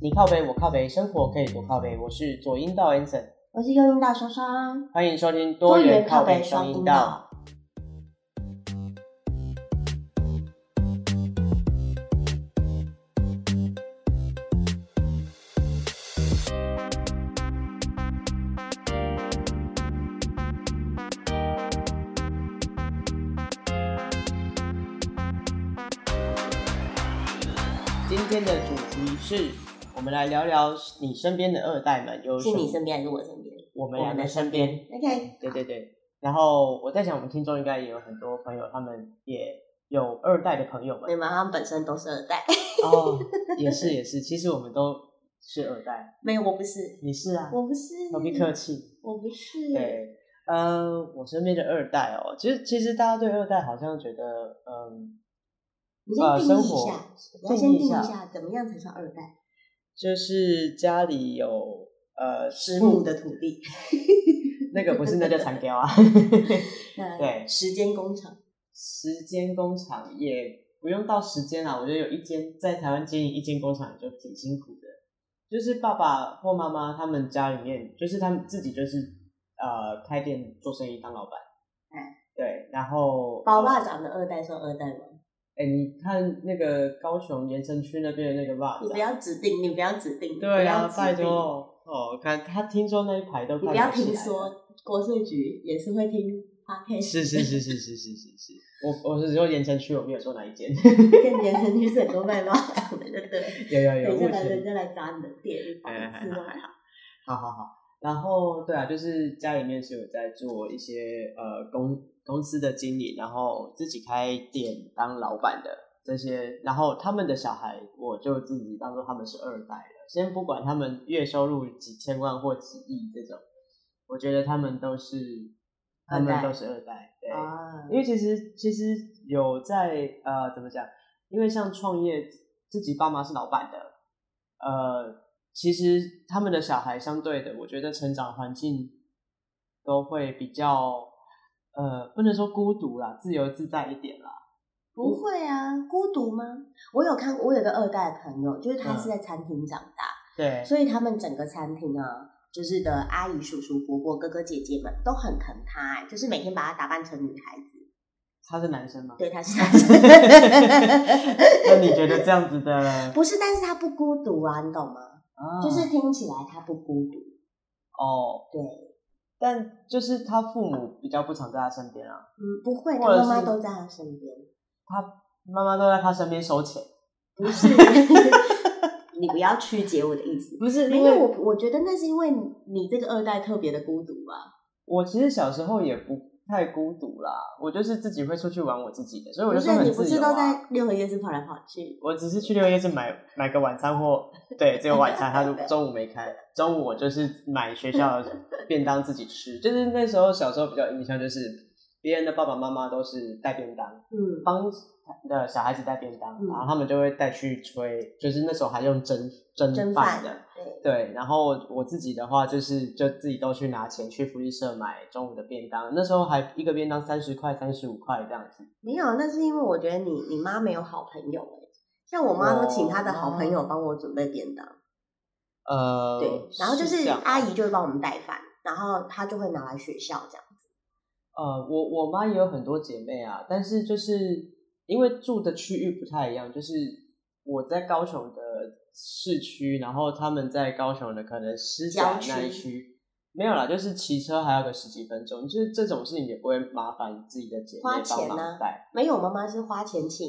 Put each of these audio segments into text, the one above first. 你靠北，我靠北，生活可以多靠北。我是左音道 Anson，我是右音大双双，欢迎收听多元元靠靠北北双双音音道。道。今天的主题是我们来聊聊你身边的二代们有什是么？你身边还是我身边我们我俩们的的身边。 ？OK，对对对。然后我在想，我们听众应该也有很多朋友，他们也有二代的朋友你们。们好像本身都是二代， 哦，也是也是，其实我们都是二代。没有，我不是，你是啊？我嗯不是，何必客气？我不是，对，呃，我身边的二代哦，其实其实大家对二代好像觉得，嗯，你先呃，定生义一活下，你要先定义一下，怎么样才算二代？就是家里有呃十师亩傅的土地，那个不是那叫残雕啊， 那对时间工厂，时间工厂也不用到时间啦，我觉得有一间在台湾经营一间工厂就挺辛苦的，就是爸爸或妈妈他们家里面，就是他们自己就是呃开店做生意当老板，嗯，对，然后包爸呃长的二代算二代吗？哎、你看那个高雄盐城区那边的那个 rock，你不要指定，你不要指定，对不要啊，指拜定托，哦，看他听说那一排都你快不要买起听来了，说国税局也是会听 podcast， 是是是是是是是是，我我是说盐城区，我没有说哪一间， 跟延伸去是很多卖包厂的，对不对？有有有，等一目下来人前家来砸你的店，把哎还你吃好完还。好，好好好，然后对啊，就是家里面是有在做一些呃公公司的经理，然后自己开店当老板的这些，然后他们的小孩我就自己当做他们是二代了，先不管他们月收入几千万或几亿这种，我觉得他们都是他二们代都是二代，对，啊，因为其实其实有在呃怎么讲？因为像创业，自己爸妈是老板的，呃，其实他们的小孩相对的，我觉得成长环境都会比较呃，不能说孤独啦，自由自在一点啦。不会啊，孤独吗？我有看，我有个二代朋友，就是他嗯是在餐厅长大，对，所以他们整个餐厅呢，就是的阿姨、叔叔、伯伯、哥哥、姐姐们都很疼他、哎就是每天把他打扮成女孩子。他是男生吗？对，他是男生。那你觉得这样子的，不是，但是他不孤独啊，你懂吗？啊就是听起来他不孤独，哦，对，但就是他父母比较不常在他身边啊，嗯，不会，他或者妈是妈都在他身 边。妈妈都在他身边收钱，不是， 你不要曲解我的意思。不是没因有，为我我觉得那是因为你你这个二代特别的孤独吧？我其实小时候也不太孤独啦，我就是自己会出去玩我自己的，所以我就不说是，很你不自是由啊。都在六合夜市跑来跑去？我只是去六夜市买买个晚餐 或对，只有晚餐，他如中午没开，中午我就是买学校的便当自己吃。就是那时候小时候比较印象就是别人的爸爸妈妈都是带便当，嗯，帮的小孩子带便当，嗯然后他们就会带去吹，就是那时候还用蒸蒸蒸饭饭的。对，对，然后我我自己的话就是就自己都去拿钱去福利社买中午的便当，那时候还一个便当三十块、三十五块这样子。没有，那是因为我觉得你你妈没有好朋友哎、像我妈都请她的好朋友帮我准备便当，呃，对，然后就是是这样啊阿姨就会帮我们带饭，然后她就会拿来学校这样。呃，我我妈也有很多姐妹啊，但是就是因为住的区域不太一样，就是我在高雄的市区，然后他们在高雄的可能师甲郊区那一区。没有啦，就是骑车还要个十几分钟，就是这种事情也不会麻烦自己的姐花妹帮钱啊忙带。没有，我妈妈是花钱请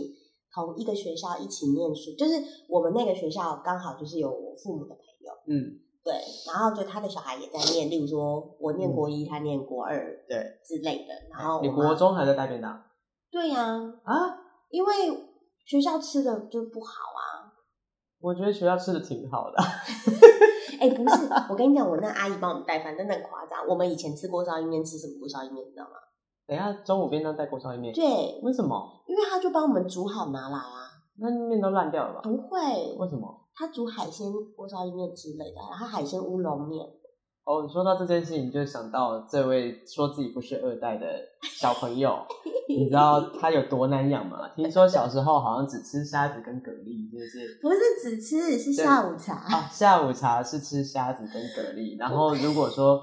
同一个学校一起念书，就是我们那个学校刚好就是有我父母的朋友，嗯，对，然后就他的小孩也在念，例如说我念国一，他念国二，嗯对哎之类的，然哦后我你妈国中还在带便当对呀、啊？因为学校吃的就不好啊，我觉得学校吃的挺好的， 哎，不是，我跟你讲，我那阿姨帮我们带饭，真的很夸张，我们以前吃锅烧意面吃什么锅烧意面，你知道吗？等一下中午便当带锅烧意面，对，为什么？因为他就帮我们煮好拿来啊，那面都烂掉了吧？不会，为什么？他煮海鲜锅烧意面之类的，然后海鲜乌龙面。哦，你说到这件事情，就想到这位说自己不是二代的小朋友，你知道他有多难养吗？听说小时候好像只吃虾子跟蛤蜊，是不是？不是只吃，是下午茶。啊，下午茶是吃虾子跟蛤蜊，然后如果说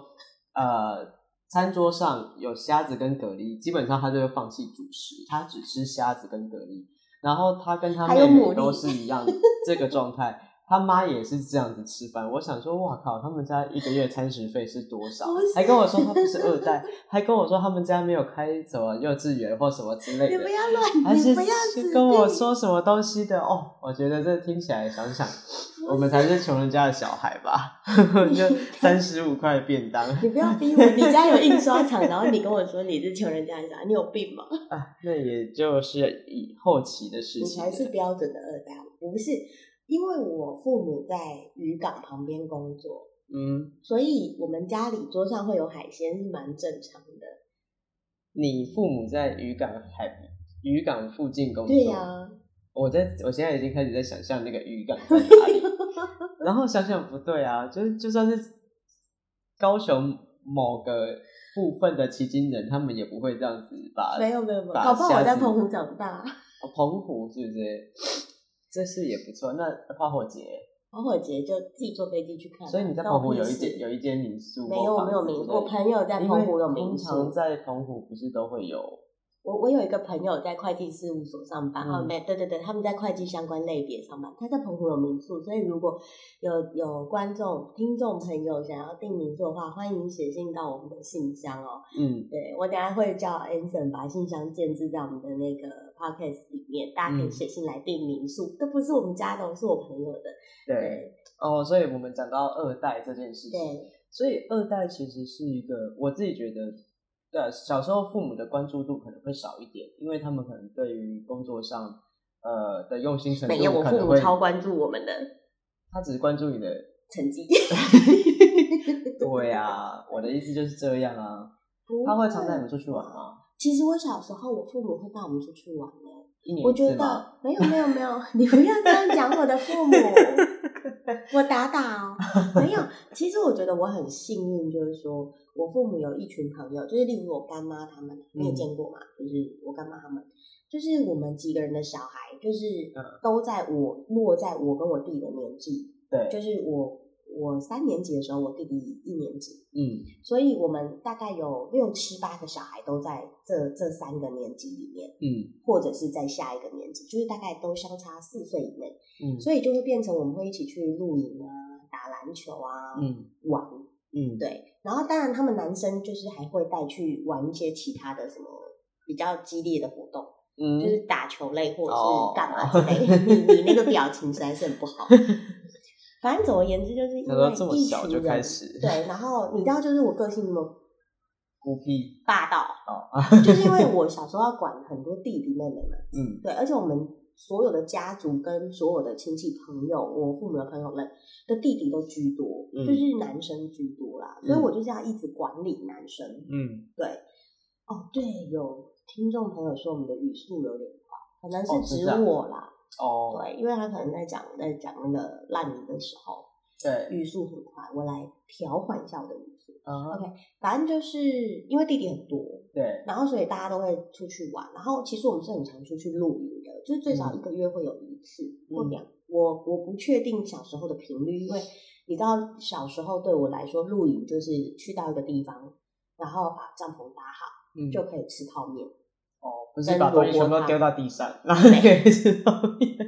呃餐桌上有虾子跟蛤蜊，基本上他就会放弃主食，他只吃虾子跟蛤蜊。然后他跟他还有妹牡妹蛎都是 一样这个状态，他妈也是这样子吃饭。我想说，哇靠，他们家一个月餐食费是多少不是？还跟我说他不是二代，还跟我说他们家没有开什么幼稚园或什么之类 你的不。要乱，还你是不要指是跟我定说什么东西的哦？我觉得这听起来想想，我们才是穷人家的小孩吧？ 就三十五块便当，你不要逼我，你家有印刷厂，然后你跟我说你是穷人家啥，你有病 吗？那也就是以后期的事你情才了。是标准的二代，我不是。因为我父母在渔港旁边工作，嗯，所以我们家里桌上会有海鲜是蛮正常的。你父母在渔港海渔港附近工作，对呀、我在我现在已经开始在想象那个渔港在哪 里，然后想想不对啊，就是就算是高雄某个部分的旗津人，他们也不会这样子把没有没有没有，把搞不好我虾在子澎湖长大，哦澎湖是不是？ 这是也不错。那花火节，火火节就自己坐飞机去看啊。所以你在关我澎湖屁有一事间有一间民宿没或有我房没有子民之宿，类我的朋友在因澎为湖有通民常宿。在澎湖不是都会有我我有一个朋友在会计事务所上班，哦、嗯没对对对，他们在会计相关类别上班，他在澎湖有民宿，所以如果有有观众听众朋友想要订民宿的话，欢迎写信到我们的信箱哦。嗯对我等一下会叫 Anson 把信箱建置在我们的那个 podcast 里面，大家可以嗯写信来订民宿，这不是我们家的，是我朋友的。对对哦，所以我们讲到二代这件事情，对，所以二代其实是一个我自己觉得。对啊，小时候父母的关注度可能会少一点，因为他们可能对于工作上，呃的用心程度没有，我可父能母会，超关注我们的他只关注你的，成绩。 对啊，我的意思就是这样啊。不他会常带你们出去玩吗？其实我小时候，我父母会带我们出去玩的。一年我一觉次吗？得没有没有没有，你不要这样讲我的父 母，我打打哦。没有，其实我觉得我很幸运，就是说我父母有一群朋友，就是例如我干妈他们，嗯你也见过嘛？就是我干妈他们，就是我们几个人的小孩，就是嗯都在我落在我跟我弟的年纪，对，就是我我三年级的时候，我弟弟一年级，嗯，所以我们大概有六七八个小孩都在这这三个年级里面。嗯或者是在下一个年级，就是大概都相差四岁以内，嗯所以就会变成我们会一起去露营啊、打篮球啊、嗯玩，嗯，对。然后当然他们男生就是还会带去玩一些其他的什么比较激烈的活动，嗯，就是打球类或者哦是干嘛之类的。 你你那个表情实在是很不好。反正总而言之，就是因他说为这么一小群就人开始对，然后你知道，就是我个性那么孤僻霸 道，哦，就是因为我小时候要管很多弟弟妹妹们。嗯对，而且我们所有的家族跟所有的亲戚朋友，我父母的朋友们的弟弟都居多，嗯就是男生居多啦，所以嗯我就是要一直管理男生。嗯，对，哦，对，有听众朋友说我们的语速有点快，可能哦是是指这样我啦，哦，对，因为他可能在讲在讲那个烂泥的时候，对，语速很快，我来调缓一下我的语速。啊，反正就是因为弟弟很多，对，然后所以大家都会出去玩，然后其实我们是很常出去露营的，就是最少一个月会有一次、或嗯两。我我不确定小时候的频率，因为你知道小时候对我来说，露营就是去到一个地方，然后把帐篷搭好，嗯，就可以吃泡面。哦，不跟是把东西全萝卜部汤都丢到地上，然后可以吃 到面，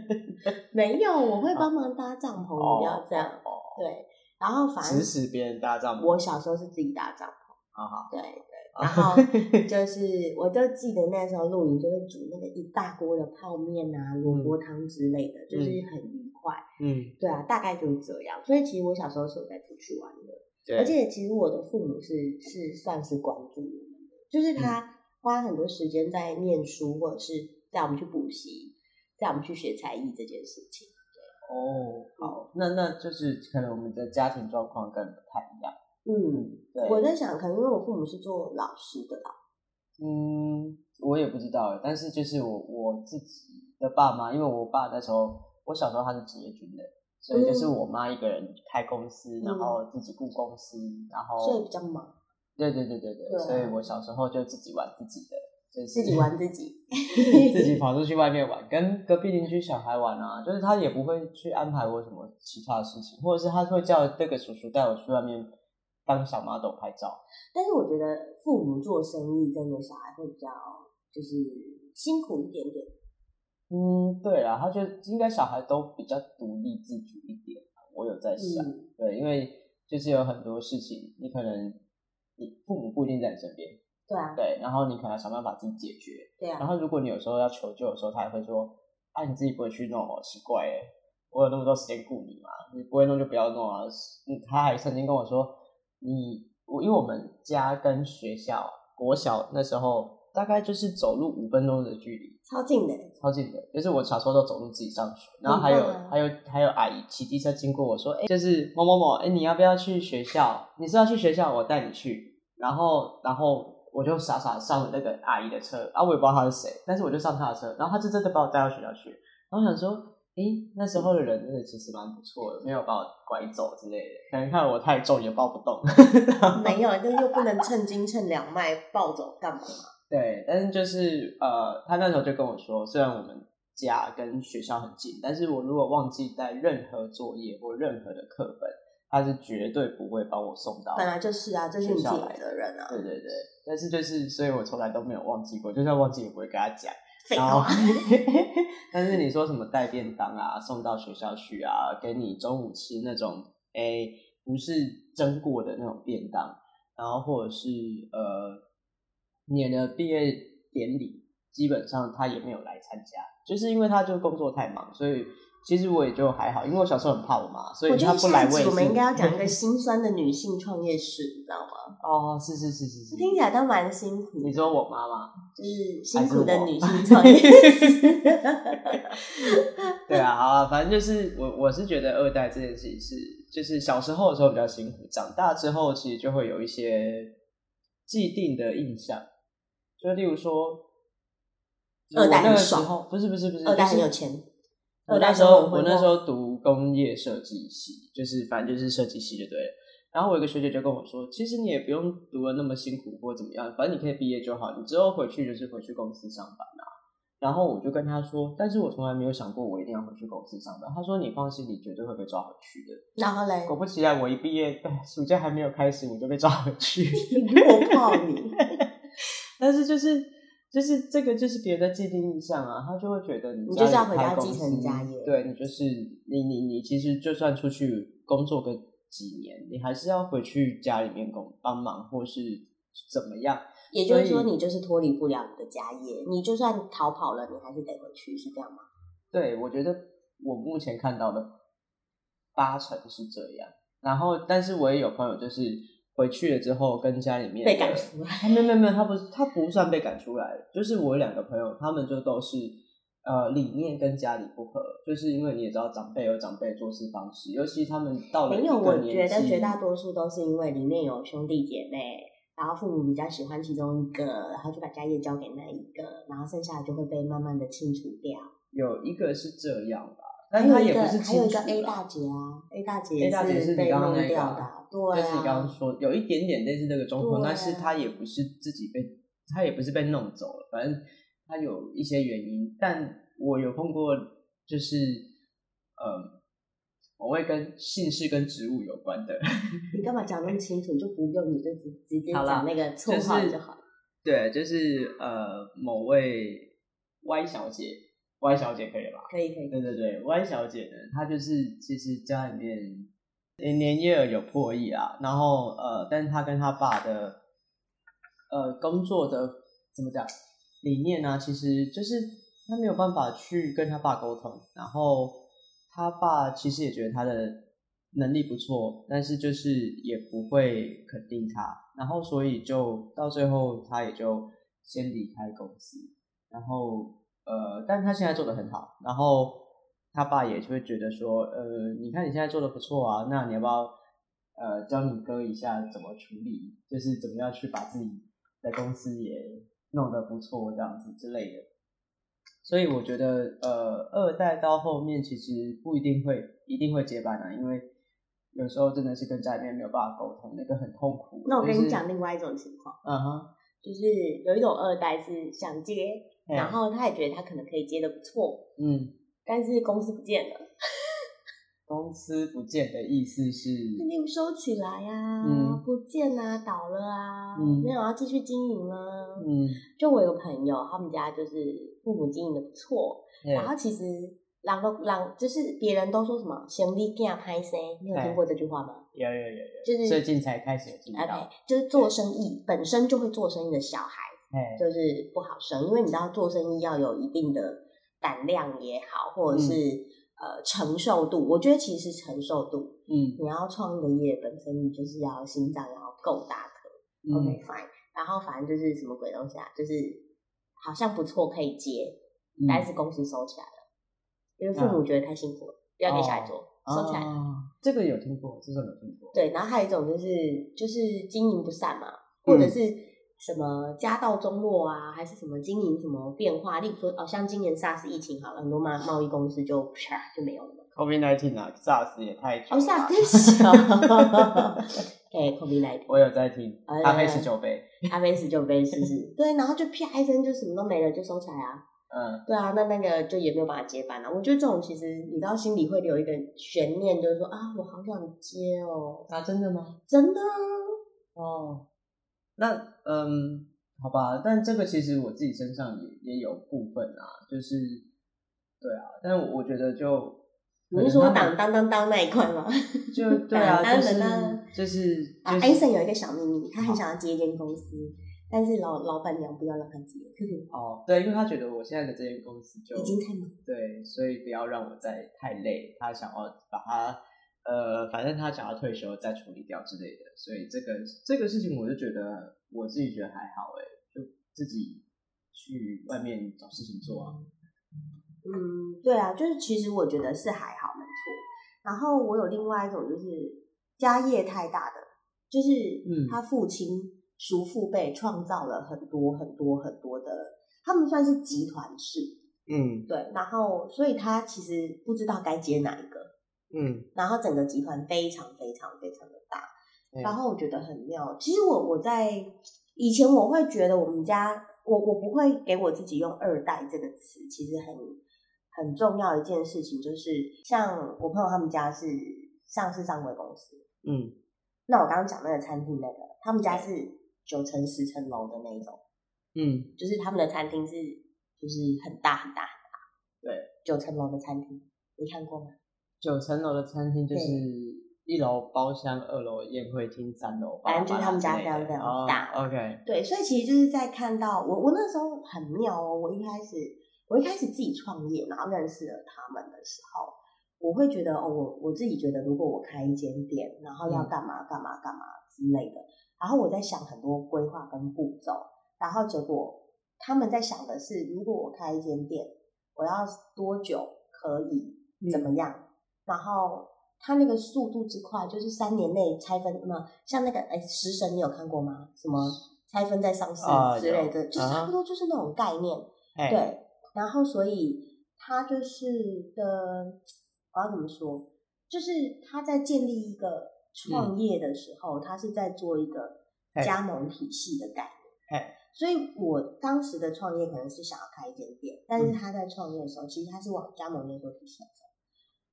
没有，我会帮忙搭帐篷，哦你不要这样。哦对，然后反指正使别人搭帐篷我小时候是自己搭帐篷，啊，好对对。然后哦就是， 我就记得那时候露营就会煮那个一大锅的泡面啊、萝卜汤之类的，就是很愉快。嗯，对啊，大概就是这样。所以其实我小时候是有在出去玩的，对，而且其实我的父母是是算是关注我们的，就是嗯他花很多时间在念书，或者是带我们去补习，带我们去学才艺这件事情。哦，好，那那就是可能我们的家庭状况跟不太一样，嗯，嗯，对，我在想，可能因为我父母是做老师的啦，嗯，我也不知道欸，但是就是我我自己的爸妈，因为我爸那时候，我小时候他是职业军人，所以就是我妈一个人开公司，嗯然后自己雇公司，然所以后比较忙，对对对对对，对啊所以我小时候就自己玩自己的，就是自 己玩自己，自己跑出去外面玩，跟隔壁邻居小孩玩啊，就是他也不会去安排我什么其他的事情，或者是他会叫这个叔叔带我去外面当小 model 拍照。但是我觉得父母做生意真的小孩会比较就是辛苦一点点。嗯，对啦，他就应该小孩都比较独立自主一点，我有在想，嗯，对，因为就是有很多事情，你可能你父母不一定在你身边，对啊，对，然后你可能要想办法自己解决，对然啊，后如果你有时候要求救的时候，他也会说：“啊，你自己不会去弄哦，奇怪哎，我有那么多时间顾你嘛，你不会弄就不要弄啊。”嗯，他还曾经跟我说：“你我因为我们家跟学校国小那时候大概就是走路五分钟的距离，超近 的，超近的，就是我小时候都走路自己上学，然后还有、很棒啊还有还有阿姨骑机车经过我说：‘哎，就是某某某，哎，你要不要去学校？你是要去学校，我带你去。’然后然后我就傻傻上了那个阿姨的车啊，我也不知道她是谁，但是我就上她的车，然后她就真的把我带到学校去，然后我想说，诶，那时候的人真的其实蛮不错的，没有把我拐走之类的，可能看我太重也抱不动，没有，就又不能称斤称两卖，暴走干嘛？对，但是就是呃，他那时候就跟我说，虽然我们家跟学校很近，但是我如果忘记带任何作业或任何的课本，他是绝对不会帮我送到。本来就是啊，这是你自己的责任啊，对对对，但是就是，所以我从来都没有忘记过，就算忘记也不会跟他讲。废然后话。，哦 但是你说什么带便当啊，送到学校去啊，给你中午吃那种，诶、不是蒸过的那种便当，然后或者是呃，你的毕业典礼，基本上他也没有来参加，就是因为他就工作太忙，所以其实我也就还好，因为我小时候很怕我妈，所以我觉他得不下来我一也集是我们应该要讲一个心酸的女性创业史，你知道吗？ 哦，是是是是是，听起来都蛮辛苦你的，说我妈妈，就是辛还是苦的我女性创业 史。 对啊，好啊，反正就是我我是觉得二代这件事情是，就是小时候的时候比较辛苦，长大之后其实就会有一些既定的印象，就例如说，二代我那个很时爽候不是不是不是，二代就是很有钱，我二那代时候生活我很那混时候读工业设计系，就是反正就是设计系就对了。然后我有一个学姐就跟我说，其实你也不用读的那么辛苦或怎么样，反正你可以毕业就好，你之后回去就是回去公司上班啊。然后我就跟她说，但是我从来没有想过我一定要回去公司上班。她说你放心，你绝对会被抓回去的。然后嘞，果不其然，我一毕业， 暑假还没有开始，我就被抓回去。弱爆你，但是就是就是这个就是别的既定印象啊，他就会觉得你你家就是要里回开家公继承司家业对你就是你你你其实就算出去工作个几年，你还是要回去家里面工帮忙或是怎么样。也就是所说以你就是脱离不了你的家业，你就算逃跑了，你还是得回去，是这样吗？对我觉得我目前看到的八成是这样，然后但是我也有朋友就是。回去了之后，跟家里面被的赶出来，啊，没有没有没有，他不是他不算被赶出来，就是我有两个朋友，他们就都是呃理念跟家里不合，就是因为你也知道长辈有长辈做事方式，尤其他们到了没一有，个我觉年得纪绝大多数都是因为里面有兄弟姐妹，然后父母比较喜欢其中一个，然后就把家业交给那一个，然后剩下的就会被慢慢的清除掉。有一个是这样吧，还但有他一也个不是还有一个清 A 楚啦大姐啊，A 大姐 A 大姐是是你被刚刚弄那个掉啊的啊，对就是你刚刚啊，说有一点点类似那个状况，对啊但是他也不是自己被，他也不是被弄走了，反正他有一些原因。但我有碰过，就是呃，我会跟姓氏跟职务有关的，你干嘛讲那么清楚？就不用，你就直直接好啦讲那个绰就号是就好了。对，就是呃某位 Y 小姐，Y 小姐可以吧？可以可以，对对对，Y 小姐呢，她就是其实家里面呃年业有破亿啊，然后呃，但是她跟她爸的呃工作的怎么讲理念呢、其实就是她没有办法去跟她爸沟通，然后她爸其实也觉得她的能力不错，但是就是也不会肯定她，然后所以就到最后她也就先离开公司，然后呃，但他现在做的很好，然后他爸也就会觉得说，呃，你看你现在做的不错啊，那你要不要呃教你哥一下怎么处理，就是怎么样去把自己的公司也弄得不错这样子之类的。所以我觉得，呃，二代到后面其实不一定会一定会接班的、因为有时候真的是跟家里面没有办法沟通，那个很痛苦。那我跟你就是讲，另外一种情况，嗯哼，就是有一种二代是想接，嘿啊然后他也觉得他可能可以接的不错，嗯，但是公司不见了，公司不见的意思是，那令收起来呀、嗯不见啊，倒了啊，嗯没有要继续经营啊。嗯，就我有个朋友，他们家就是父母经营的不错，嘿然后其实人都人就是别人都说什么“行李囝拍生”，你有听过这句话吗？有有有有，就是最近才开始有听 OK，到，就是做生意本身就会做生意的小孩，哎，就是不好生，因为你知道做生意要有一定的胆量也好，或嗯者是、呃承受度。我觉得其实承受度，嗯你要创一个业本身，你就是要心脏要够大颗。OK 嗯 fine，然后反正就是什么鬼东西啊，就是好像不错可以接，嗯，但是公司收起来了，因为父母觉得太辛苦了，不要给小孩做，收起来。哦这个有听过，这个有听过，对，然后还有一种就是就是经营不善嘛，或者嗯是什么家道中落啊，还是什么经营什么变化，例如说哦，像今年 SARS 疫情好了，很多贸贸易公司就啪就没有了嘛。 ，COVID nineteen 啊，SARS 也太久哦 了，SARS 吧，对不起哦，哎，COVID 来我有在听哎，咖啡十九杯，阿飞死就被试试，对，然后就啪一声就什么都没了，就收起来啊。嗯对啊，那那个就也没有办法接班啊了、我觉得这种其实你知道心里会留一个悬念，就是说啊，我好想接哦，啊，真的吗？真的啊，哦，那嗯，好吧，但这个其实我自己身上也也有部分啊，就是对啊，但我觉得就你是说可能当当当当那一块吗？他们就对啊，当就当当是就是啊就艾是森有一个小秘密，他很想要接一间公司，但是老老板娘不要让他接，哦，对，因为他觉得我现在的这间公司就已经太忙。对，所以不要让我再太累，他想要把他。呃，反正他想要退休再处理掉之类的，所以这个这个事情我就觉得我自己觉得还好哎、就自己去外面找事情做啊。嗯，对啊，就是其实我觉得是还好，没错。然后我有另外一种就是家业太大的，就是嗯他父亲叔父辈创造了很多很多很多的，他们算是集团式，嗯对，然后所以他其实不知道该接哪一个，嗯，然后整个集团非常非常非常的大，对然后我觉得很妙。其实我我在以前我会觉得我们家我我不会给我自己用二代这个词，其实很很重要一件事情，就是像我朋友他们家是上市上柜公司，嗯那我刚刚讲那个餐厅那个，他们家是九层十层楼的那一种，嗯就是他们的餐厅是就是很大很大很大，对，九层楼的餐厅。你看过吗？九层楼的餐厅就是对一楼包厢，二楼宴会厅，三楼反正就是他们家非常非哦常大 o k 对，所以其实就是在看到我，我那时候很妙哦。我一开始，我一开始自己创业，然后认识了他们的时候，我会觉得哦，我我自己觉得，如果我开一间店，然后要嗯干嘛干嘛干嘛之类的，然后我在想很多规划跟步骤，然后结果他们在想的是，如果我开一间店，我要多久可嗯以怎么样，然后。他那个速度之快，就是三年内拆分嘛，像那个哎，食神你有看过吗？什么拆分再上市啊之类的，有就是差不多就是那种概念。哎，对，然后所以他就是的，我要怎么说？就是他在建立一个创业的时候，他是在做一个嘿加盟体系的概嘿念。所以我当时的创业可能是想要开一间店，但是嗯他在创业的时候，其实他是往加盟连锁体系走。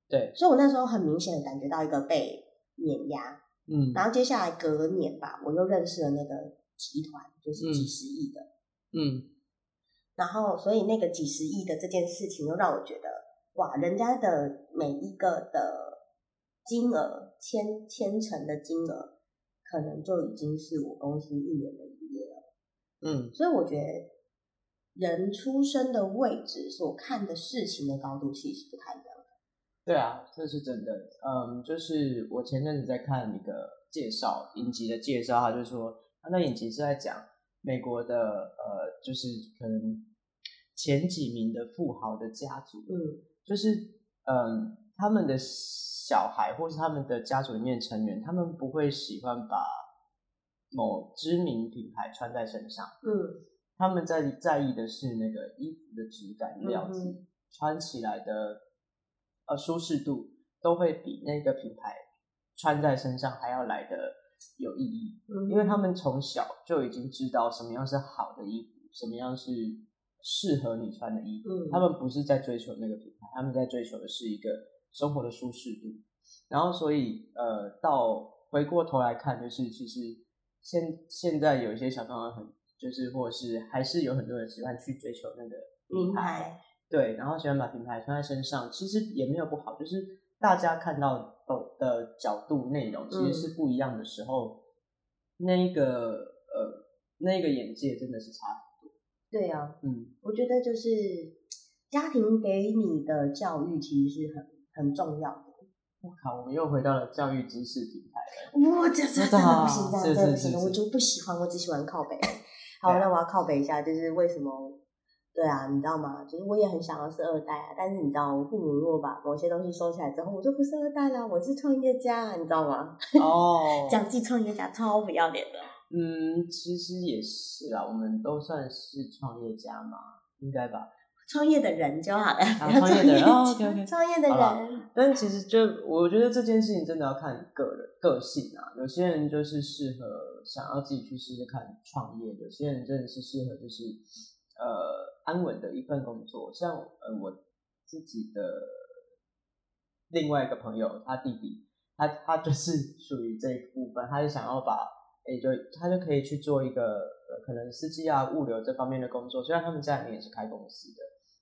对，所以我那时候很明显的感觉到一个被碾压，嗯然后接下来隔年吧，我又认识了那个集团，就是几十亿的。嗯然后，所以那个几十亿的这件事情，又让我觉得，哇，人家的每一个的金额，千千成的金额，可能就已经是我公司一年的营业了。嗯所以我觉得，人出生的位置所看的事情的高度其实不太一样。对啊，这是真的。嗯，就是我前阵子在看一个介绍影集的介绍，他就说，他那影集是在讲美国的呃，就是可能前几名的富豪的家族，嗯就是嗯，他们的小孩或是他们的家族里面成员，他们不会喜欢把某知名品牌穿在身上，嗯他们在在意的是那个衣服的质感、料子、嗯穿起来的呃舒适度。都会比那个品牌穿在身上还要来的有意义，嗯因为他们从小就已经知道什么样是好的衣服，什么样是适合你穿的衣服。嗯他们不是在追求那个品牌，他们在追求的是一个生活的舒适度。然后，所以呃，到回过头来看，就是其实现现在有一些小朋友很，就是或者是还是有很多人喜欢去追求那个名牌，对，然后喜欢把品牌穿在身上，其实也没有不好，就是大家看到的的角度、内容其实是不一样的时候，那个呃，那个眼界真的是差很对啊，多。嗯，我觉得就是家庭给你的教育其实是很很重要的。我靠，我们又回到了教育知识平台。 我这这真的不行，这样是真的不是行，是我就不喜欢，我只喜欢靠北。好，对啊那我要靠北一下，就是为什么？对啊，你知道吗？就是我也很想要是二代啊，但是你知道，我父母如果把某些东西收起来之后，我就不是二代啦，我是创业家啊，你知道吗？ 哦，讲自己创业家超不要脸的。嗯，其实也是啦，我们都算是创业家嘛，应该吧。创业的人就好了，啊不要创业的人哦，OK，OK 创业的好啦人，但其实就我觉得这件事情真的要看个人个性啊，有些人就是适合想要自己去试试看创业，有些人真的是适合就是呃安稳的一份工作。像呃我自己的另外一个朋友，他弟弟，他他就是属于这一部分，他就想要把也就他就可以去做一个呃可能司机啊、物流这方面的工作。虽然他们家里面也是开公司的，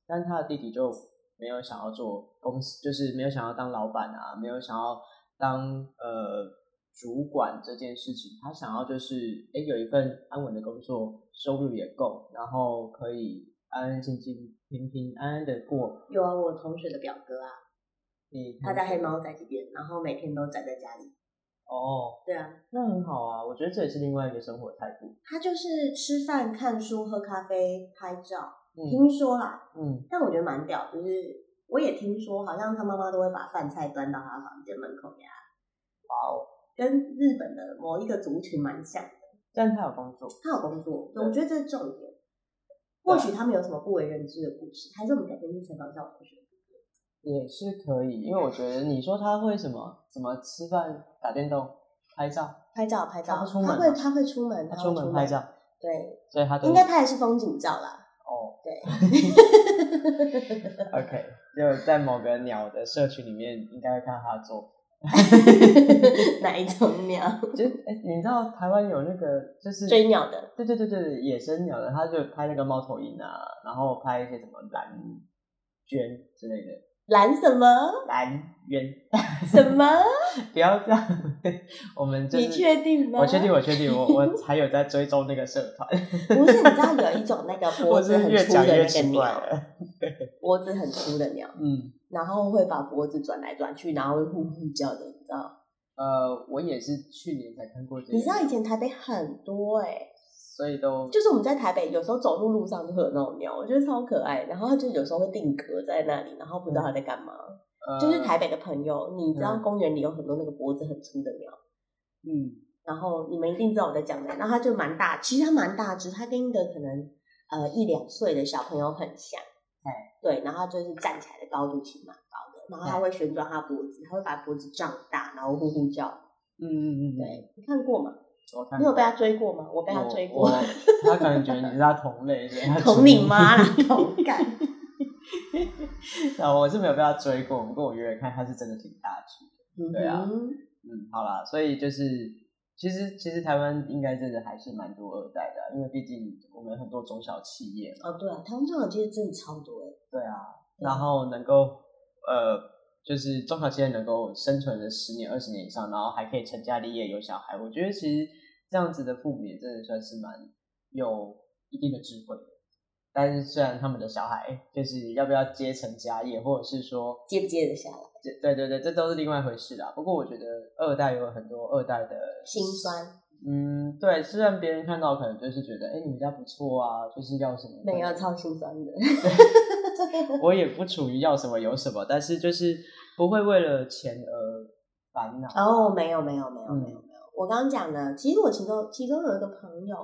但是他的弟弟就没有想要做公司，就是没有想要当老板啊，没有想要当呃主管这件事情。他想要就是诶、有一份安稳的工作，收入也够，然后可以安安静静、平平安安的过。有啊，我同学的表哥啊，你他在黑猫仔这边，然后每天都宅在家里。哦，对啊，那很好啊，我觉得这也是另外一个生活态度。他就是吃饭、看书、喝咖啡、拍照。嗯听说啦，嗯，但我觉得蛮屌，就是我也听说，好像他妈妈都会把饭菜端到他房间门口给他。哇哦，跟日本的某一个族群蛮像的，但他有工作。他有工作，对我觉得这是重点。或许他们有什么不为人知的故事，还是我们改天去采访一下我同学。也是可以，因为我觉得你说他会什么什么吃饭、打电动、拍照，拍照，拍照，他不出门吗会，他会出门，他会出门拍，照，对，所以他都应该拍的是风景照啦。哦对， OK，就在某个鸟的社群里面，应该会看到他的作品。哪一种鸟？就是哎、你知道台湾有那个就是追鸟的，对对对对对，野生鸟的，他就拍那个猫头鹰啊，然后拍一些什么蓝鹃之类的， 蓝什么蓝鸢， 什么？不要这样， 我们就是你确定吗？我确定，。我确定，我我还有在追踪那个社团。 不是，你知道有一种那个脖我子是很越粗的讲越那个奇怪鸟，了。脖子很粗的鸟，嗯，然后会把脖子转来转去，然后会呼呼叫的，你知道？呃，我也是去年才看过这个，你知道以前台北很多哎、所以都就是我们在台北有时候走路路上就会有那种鸟，我觉得超可爱。然后它就有时候会定格在那里，然后不知道它在干嘛。呃就是台北的朋友，你知道嗯公园里有很多那个脖子很粗的鸟，嗯然后你们一定知道我在讲的。然后它就蛮大，其实它蛮大只，它跟一个可能呃一两岁的小朋友很像。哎对，然后它就是站起来的高度其实蛮高的，然后它哎会旋转它的脖子，它会把脖子胀大，然后呼呼叫。嗯嗯嗯，对，你看过吗？我看你有被它追过吗？我被它我追过我，他可能觉得你是他同类，所以他 捅你妈啦，同感。 啊，我是没有被他追过，不过我远远看他是真的挺大只的。 对啊嗯哼嗯，好啦，所以就是其实其实台湾应该真的还是蛮多二代的，因为毕竟我们很多中小企业嘛。哦，对啊，台湾中小企业真的超多哎，对啊，然后能够呃，就是中小企业能够生存了十年、二十年以上，然后还可以成家立业、有小孩，我觉得其实这样子的父母也真的算是蛮有一定的智慧的。但是虽然他们的小孩就是要不要接成家业，或者是说接不接得下来？这 对对对，这都是另外一回事啦。不过我觉得二代有很多二代的心酸嗯，对，虽然别人看到可能就是觉得，哎，你们家不错啊，就是要什么没有超心酸的，我也不处于要什么有什么，但是就是不会为了钱而烦恼。 哦，没有没有没有嗯没有没有，我刚刚讲的，其实我其中其中有一个朋友，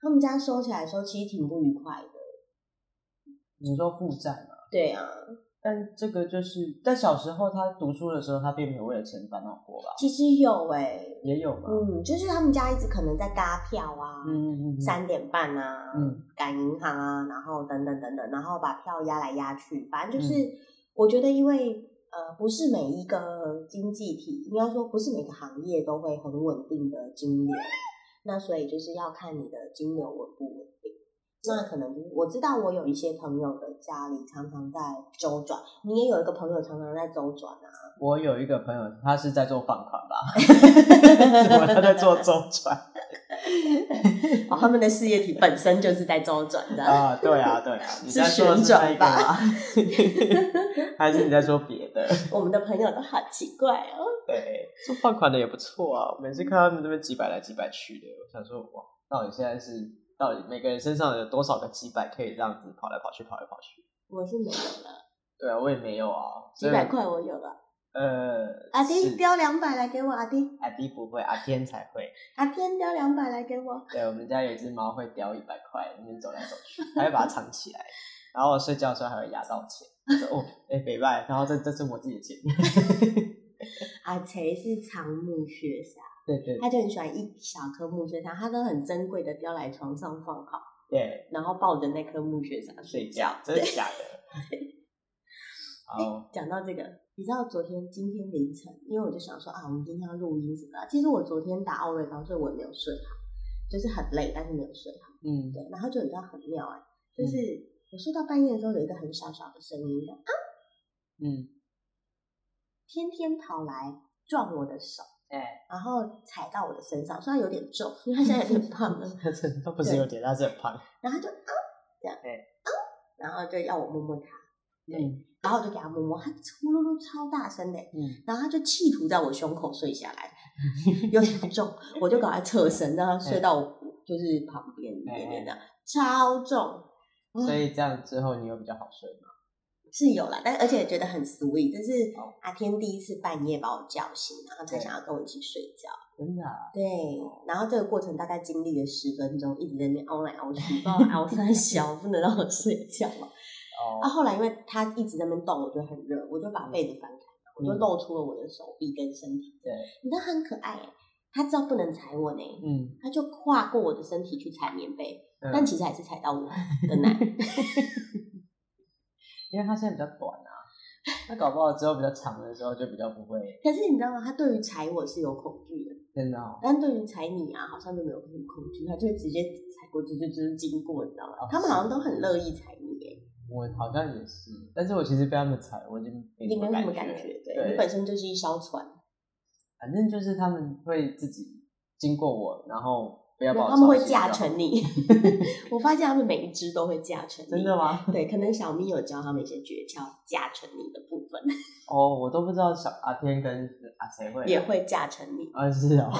他们家嗯收起来的时候其实挺不愉快的，你说负债嘛，对啊，但这个就是在小时候他读书的时候，他并没有为了钱烦恼过吧？其实有哎、也有吗？嗯，就是他们家一直可能在搭票啊，嗯嗯嗯，三点半啊，嗯赶银行啊，然后等等等等，然后把票压来压去，反嗯正就是、我觉得因为。呃，不是每一个经济体，应该说不是每个行业都会很稳定的金流，那所以就是要看你的金流稳不稳定。那可能就是我知道我有一些朋友的家里常常在周转，你也有一个朋友常常在周转 啊，我有一个朋友，他是在做放款吧， 什么啊他在做周转哦，他们的事业体本身就是在周转的。啊？对啊对啊，你是在说的是旋转那个吧吗？ 还是你在说别的？我们的朋友都好奇怪哦。对，做放款的也不错啊。我每次看他们这边几百来几百去的，我想说哇，到底现在是到底每个人身上有多少个几百可以这样子跑来跑去跑来跑去？我是没有了，对啊，我也没有啊，几所以百块我有了。呃，阿丁是丢两百来给我，阿丁，阿弟不会，阿天才会。阿天丢两百来给我。对，我们家有一只猫会叼一百块，那边走来走去，还会把它藏起来。然后我睡觉的时候还会压到钱，我说哦，哎、北拜，然后这这是我自己的钱。 阿锤是长木雪莎，对对他就很喜欢一小颗木屑沙，他都很珍贵的叼来床上放好，对，然后抱着那颗木屑沙睡睡觉。觉，真的假的？好，讲到这个，你知道昨天今天凌晨，因为我就想说啊，我们今天要录音什么的。啊其实我昨天打奥瑞高，所以我也没有睡好，就是很累，但是没有睡好。嗯，对，然后就有一个很妙哎、就是我睡到半夜的时候，有一个很小小的声音，这样啊，嗯，天天跑来撞我的手，哎、然后踩到我的身上，虽然有点 重，因为他现在有点胖了，他真 他不是有点，他是很胖。然后他就啊这样，对啊，然后就要我摸摸他，嗯然后我就给他摸摸，他呼噜噜超大声的、嗯，然后他就企图在我胸口睡 下来，有点重，我就赶快侧身，让他睡到我就是旁边一点点这样，超重。嗯所以这样之后你有比较好睡吗？是有啦，但而且觉得很 sweet，这是哦阿天第一次半夜把我叫醒，然后才对想要跟我一起睡觉。真的、啊，对，然后这个过程大概经历了十分钟，一直在那边凹来 凹去，不知道凹三小，不能让我睡觉嘛。啊，哦，后来因为他一直在那边动，我就很热，我就把嗯被子翻开，我就露出了我的手臂跟身体。对，你知道他很可爱耶、他知道不能踩我呢，嗯，他就跨过我的身体去踩棉被，嗯但其实还是踩到我的 奶。嗯因为他现在比较短啊，他搞不好之后比较长的时候就比较不会，可是你知道吗？他对于踩我是有恐惧的，真的、哦。但对于踩你啊，好像就没有什么恐惧，他就会直接踩过，直接就是经过，你知道吗哦？他们好像都很乐意踩你欸耶，我好像也是，但是我其实被他们踩，我已经没你没有什么感感觉。觉，对对你本身就是一艘船，反正就是他们会自己经过我，然后不要把我他们会吵醒驾就好。乘你。我发现他们每一只都会驾乘你，真的吗？对，可能小咪有教他们一些诀窍，驾乘你的部分哦，我都不知道小阿天跟阿谁 会也会驾乘你，啊是哦，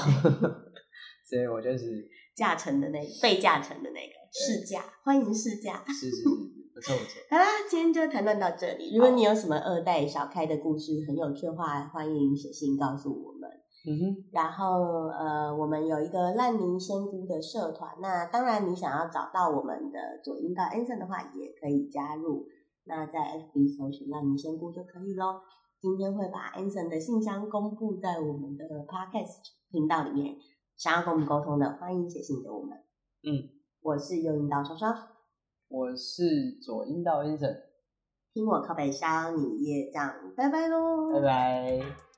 所以我就是驾乘的那被驾乘的那个试驾，欢迎试驾。是是是不错不错，好啦，今天就谈论到这里。如果你有什么二代小开的故事很有趣的话，欢迎写信告诉我们。嗯哼，然后呃，我们有一个烂泥仙姑的社团，那当然你想要找到我们的左音道 Anson 的话，也可以加入。那在 FB 搜寻烂泥仙姑就可以咯。今天会把 Anson 的信箱公布在我们的 Podcast 频道里面，想要跟我们沟通的，欢迎写信给我们。嗯，我是右音道双双，我是左阴道 Vincent，听我靠北商，你业障，拜拜喽，拜拜。